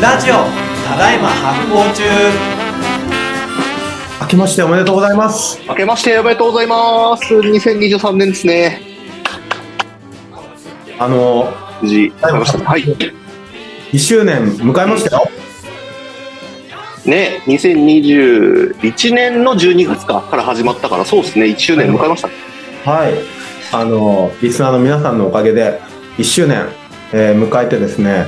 ラジオただいま発行中明けましておめでとうございます。明けましておめでとうございます。2023年ですね。あの、藤井さんはい。 1周年迎えましたよ。ね、2021年の12月かから始まったから、そうですね、1周年迎えました。はい。あの、リスナーの皆さんのおかげで、1周年、えー迎えてですね、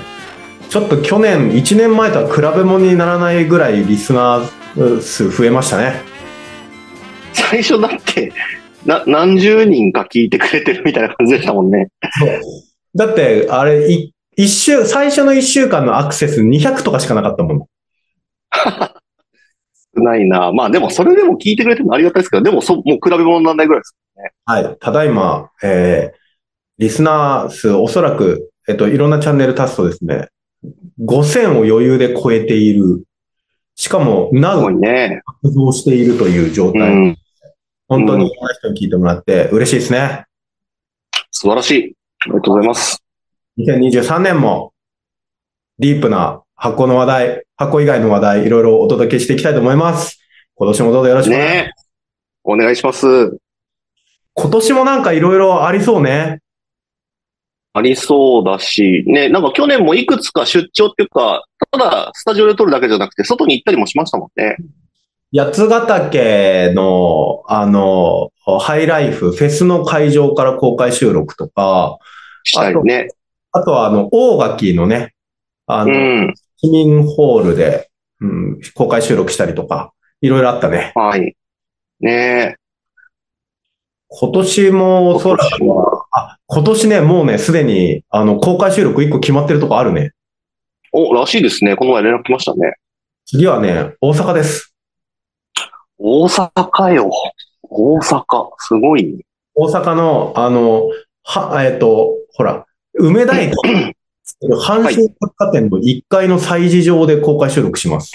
ちょっと去年、1年前とは比べ物にならないぐらいリスナー数増えましたね。最初だって、な、何十人か聞いてくれてるみたいな感じでしたもんね。だって、あれ、い一週、最初の1週間のアクセス200とかしかなかったもん。少ないな。まあでも、それでも聞いてくれてるのありがたいですけど、でも、そ、もう比べ物にならないぐらいです。はい。ただいま、えー、リスナー数、おそらく、えっと、いろんなチャンネル足すとですね、5000を余裕で超えている。しかも、なすごういね。活動しているという状う態。ん。本当にいろんな人に聞いてもらって嬉しいですね。素晴らしい。ありがとうございます。 2023年も、ディープな発行の話題、発行以外の話題、いろいろお届けしていきたいと思います。今年もどうぞよろしくお願いします。ねお願いします。今年もなんかいろいろありそうね。ありそうだし、ね、なんか去年もいくつか出張っていうか、ただスタジオで撮るだけじゃなくて、外に行ったりもしましたもんね。八ヶ岳の、あの、ハイライフ、フェスの会場から公開収録とか、したりね。あとは、あの、大垣のね、あうの、ん。市民ホールで、うん、公開収録したりとか、いろいろあったね。はい。ね今年も、おそらくは、あ、今年ね、もうね、すでに、あの、公開収録1個決まってるとこあるね。お、らしいですね。この前連絡来ましたね。次はね、大阪です。大阪よ。大阪。すごい。大阪の、あの、は、えっと、ほら、梅田駅、阪神百貨店の1階の催事場で公開収録します。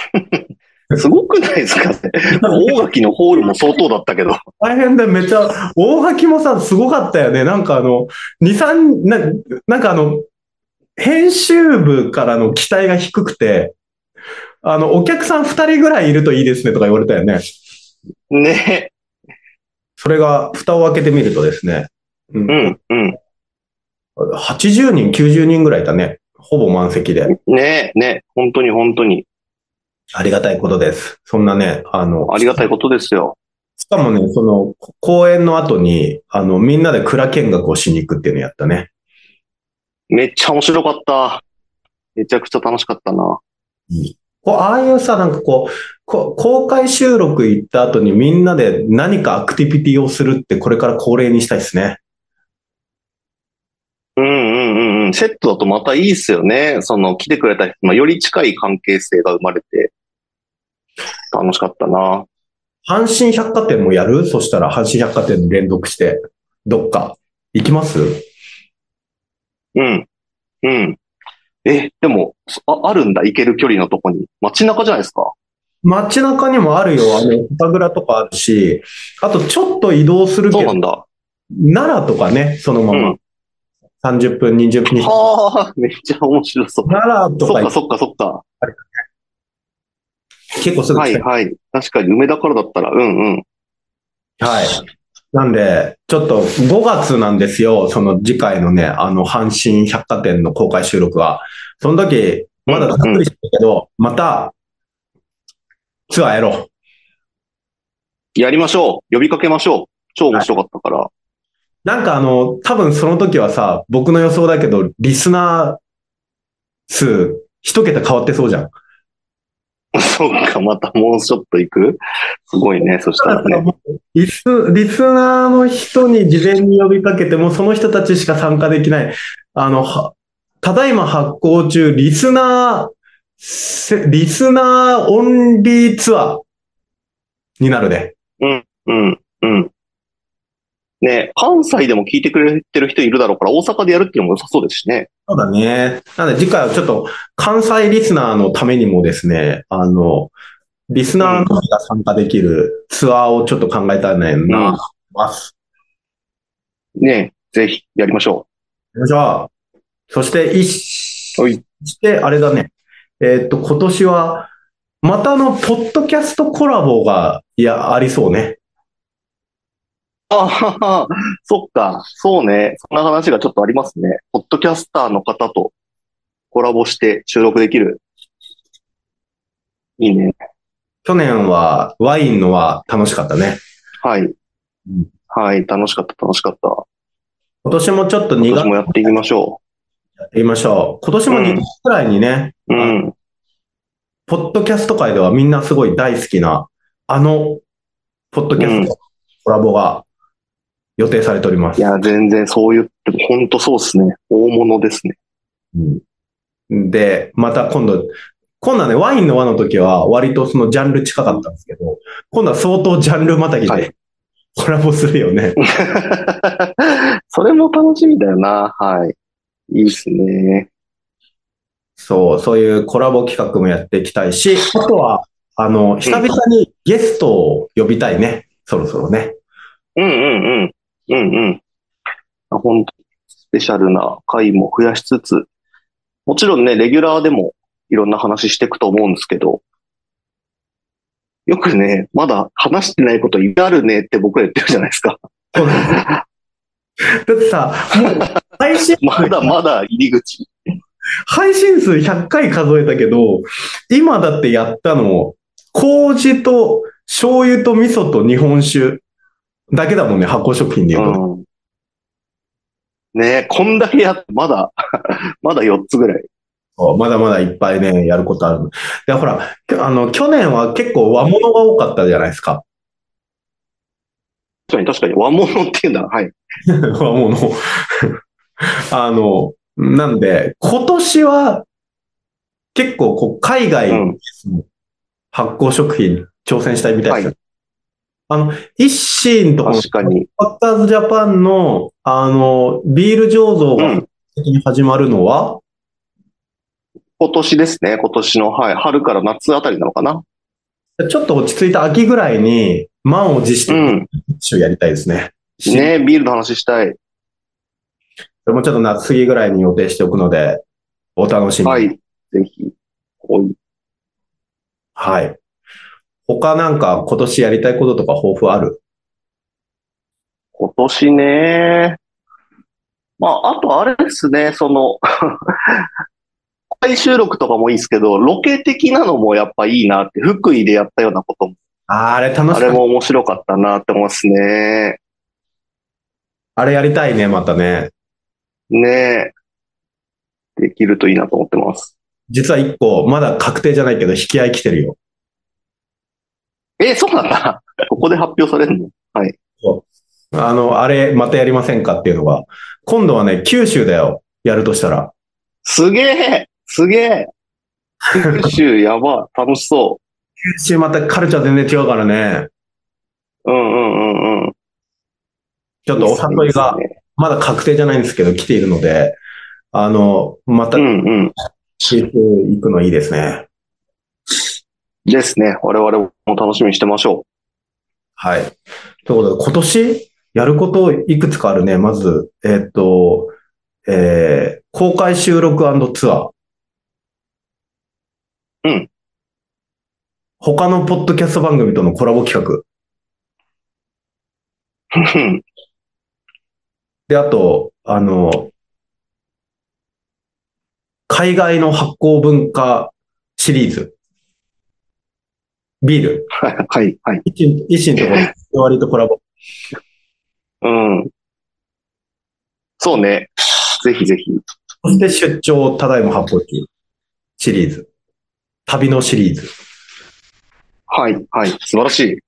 すごくないですかね。大垣のホールも相当だったけど。大変だよ、めっちゃ、大垣もさ、すごかったよね。なんかあの、2、3、ななんかあの、編集部からの期待が低くて、あの、お客さん2人ぐらいいるといいですねとか言われたよね。ねそれが、蓋を開けてみるとですね、う、うんん、うん。 80人、90人ぐらいいたね。ほぼ満席で。ねね本当に本当に。ありがたいことです。そんなね、あの、ありがたいことですよ。しかもね、その、こ公演の後に、あの、みんなで蔵見学をしに行くっていうのやったね。めっちゃ面白かった。めちゃくちゃ楽しかったな。こう、ああいうさ、なんかこう、こ公開収録行った後にみんなで何かアクティビティをするってこれから恒例にしたいですね。うんうんうんうん。セットだとまたいいっすよね。その来てくれた人、まあ、より近い関係性が生まれて、楽しかったな。阪神百貨店もやるそしたら阪神百貨店に連続して、どっか行きますうん。うん。え、でも、そあ、あるんだ。行ける距離のとこに。街中じゃないですか。街中にもあるよ。あの、小倉とかあるし、あとちょっと移動するそうけなどん、だ。奈良とかね、そのうままん。 30分、20分、はあ、 めっちゃ面白そう。奈良とそかっ行っかそっかそっか。結構すぐは来いて、はい。確かに、梅田からだったら、うんうん。はい。なんで、ちょっと5月なんですよ。その次回のね、あの、阪神百貨店の公開収録は。その時、まだざっくりしてるけど、また、ツアーやろう。やりましょう。呼びかけましょう。超面白かったから。なんかあの、多分その時はさ、僕の予想だけど、リスナー数、一桁変わってそうじゃん。 そっか、またもうちょっと行くすごいね。そしたらね。リス、リスナーの人に事前に呼びかけても、その人たちしか参加できない。あの、はただいま発行中、リスナーせ、リスナーオンリーツアーになるで。うん、うん。ね関西でも聞いてくれてる人いるだろうから、大阪でやるっていうのも良さそうですしね。そうだね。なので次回はちょっと、関西リスナーのためにもですね、あの、リスナーのみが参加できるツアーをちょっと考えたいなと思います。ねぜひ、やりましょじゃあ、そして、いし、はいそして、あれだね。ええーっと、今年は、またあの、ポッドキャストコラボが、いや、ありそうね。あはは、そっか。そうね。そんな話がちょっとありますね。ポッドキャスターの方とコラボして収録できる。いいね。去年は、ワインのは楽しかったね。はい。はい。楽しかった、楽しかった。今年もちょっと今苦年手もやっていきましょやってみましょう。今年も2月くらいにね、う。うん。ポッドキャスト界ではみんなすごい大好きな、あの、ポッドキャストコラボが予定されておりますい。や、全然そう言っても、ほんとそうですね。大物ですね。で、また今度、今度はね、ワインの輪の時は割とそのジャンル近かったんですけど、今度は相当ジャンルまたぎはでコラボするよね。 それも楽しみだよな。はい。いいっすね。そう、そういうコラボ企画もやっていきたいし、あとは、あの、久々にゲストを呼びたいね。そろそろね。うんうんうん。うんうん。あほんと、スペシャルな回も増やしつつ、もちろんね、レギュラーでもいろんな話していくと思うんですけど、よくね、まだ話してないこといっぱいあるねって僕ら言ってるじゃないですか。 そうだねだってさ、もう 配信まだまだ入り口。配信数100回数えたけど、今だってやったの、麹と醤油と味噌と日本酒だけだもんね、発酵食品で言うと。うん。ねえ、こんだけやって、まだ、 まだ4つぐらい。まだまだいっぱいね、やることある。で、ほら、きょあの、去年は結構和物が多かったじゃないですか。 確かに確かに和物っていうんだ。はい。はもうの、 あの、なんで、今年は結構こう海外うのん。発酵食品挑戦したいみたいですよ。あの、一心とかの確かに。パッカーズジャパンの、あの、ビール醸造うがん。先に始まるのは、今年ですね。今年の、はい。春から夏あたりなのかな。ちょっと落ち着いた秋ぐらいに満を持しうてん。一周やりたいですね。しねビールの話したい。それもちょっと夏過ぎぐらいに予定しておくので、お楽しみに。はい。ぜひ。おいはい。他なんか今年やりたいこととか抱負ある今年ね。まあ、あとあれですね。その、 公開収録とかもいいですけど、ロケ的なのもやっぱいいなって、福井でやったようなこともあーあれ楽しあかれった。も面白かったなって思いますね。あれやりたいね、またね。ねえ。できるといいなと思ってます。実は一個、まだ確定じゃないけど、引き合い来てるよ。えー、そうなんだ。ここで発表されるのあの、あれ、またやりませんかっていうのが。今度はね、九州だよ。やるとしたら。すげえすげえ九州やばい。楽しそ九州またカルチャー全然違うからね。う。うんうんうんうん。ちょっとお誘いがいいっすね。まだ確定じゃないんですけど、来ているので、あの、またう九んうん。州行くのいいですね。ですね。我々も楽しみにしてましょはい。ということで、今年やることいくつかあるね。まず、えーっと、えー、公開収録ツアー。うん。他のポッドキャスト番組とのコラボ企画。う。 うんで、あと、あの、海外の発酵文化シリーズ。ビール。はい、はい。一心一心とこの割とコラボ。うん。そうね。ぜひぜひ。そして出張、ただいま発行中シリーズ。旅のシリーズ。はい、はい。素晴らしい。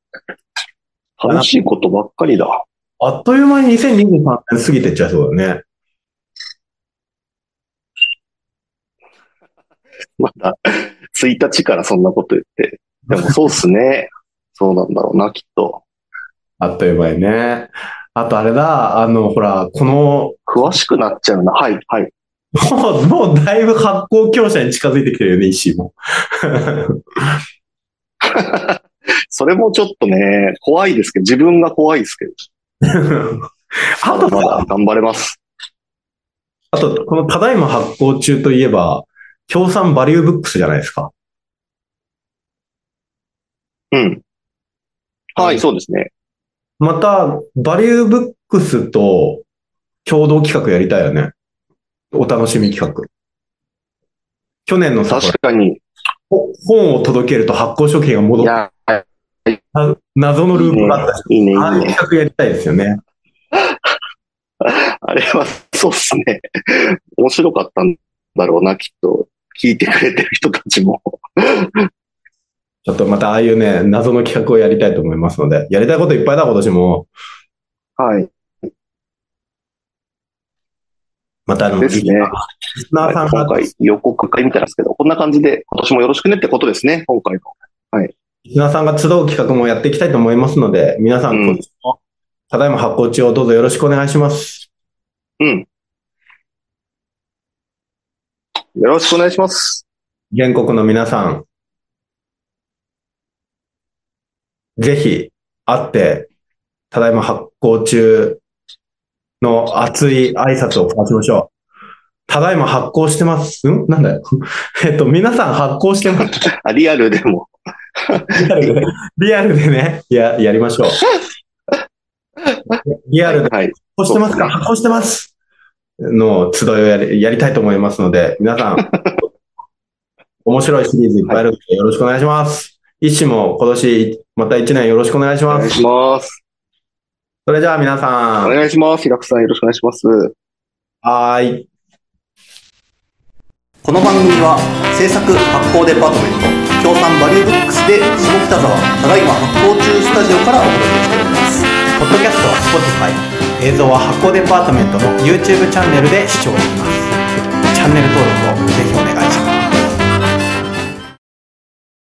楽しいことばっかりだ。あっという間に2023年過ぎてっちゃいそうだね。まだ、1日からそんなこと言って。でもそうっすね。そうなんだろうな、きっと。あっという間にね。あとあれだ、あの、ほら、この、詳しくなっちゃうな。はい、はい。もう、もうだいぶ発行強者に近づいてきてるよね、石井 も。それもちょっとね、怖いですけど、自分が怖いですけど、あとさ、まだ頑張れます。あと、このただいま発行中といえば、協賛バリューブックスじゃないですか。うん。はうんい、そうですね。また、バリューブックスと共同企画やりたいよね。お楽しみ企画。去年のさ、確かに。ほ本を届けると発行食品が戻いっや、た謎のループがあったじいいね、いゃんああいいうね。企画やりたいですよね。あれは、そうっすね。面白かったんだろうな、きっと。聞いてくれてる人たちも。ちょっとまたああいうね、謎の企画をやりたいと思いますので、やりたいこといっぱいだ、今年も。はい。またあの、ですねリスナーさん今が、回予告会見たんですけど、こんな感じで今年もよろしくねってことですね、今回の。リスナーさんが集う企画もやっていきたいと思いますので、皆さん、うん今年も、ただいま発行中をどうぞよろしくお願いします。うん。よろしくお願いします。全国の皆さん、ぜひ会って、ただいま発行中の熱い挨拶を交わしましょう。ただいま発行してます。んなんだよ。 えっと、皆さん発行してます。あ、リアルでも。リアルでリアルでね、や、やりましょう。リアルではい。発行してますか発行してますの集いをやりやりたいと思いますので、皆 さん、面白いシリーズいっぱいあるので、よろしくお願いします。一志も今年、また一年よろしくお願いしおま願いす。します。それじゃあ皆おさん、願いします。平くさんよろしくお願いします。はーい。この番組は制作発行デパートメント協賛バリューブックスで下北沢ただいま発行中スタジオからお届けしておりますポッドキャストは Spotify 映像は発行デパートメントの YouTube チャンネルで視聴できますチャンネル登録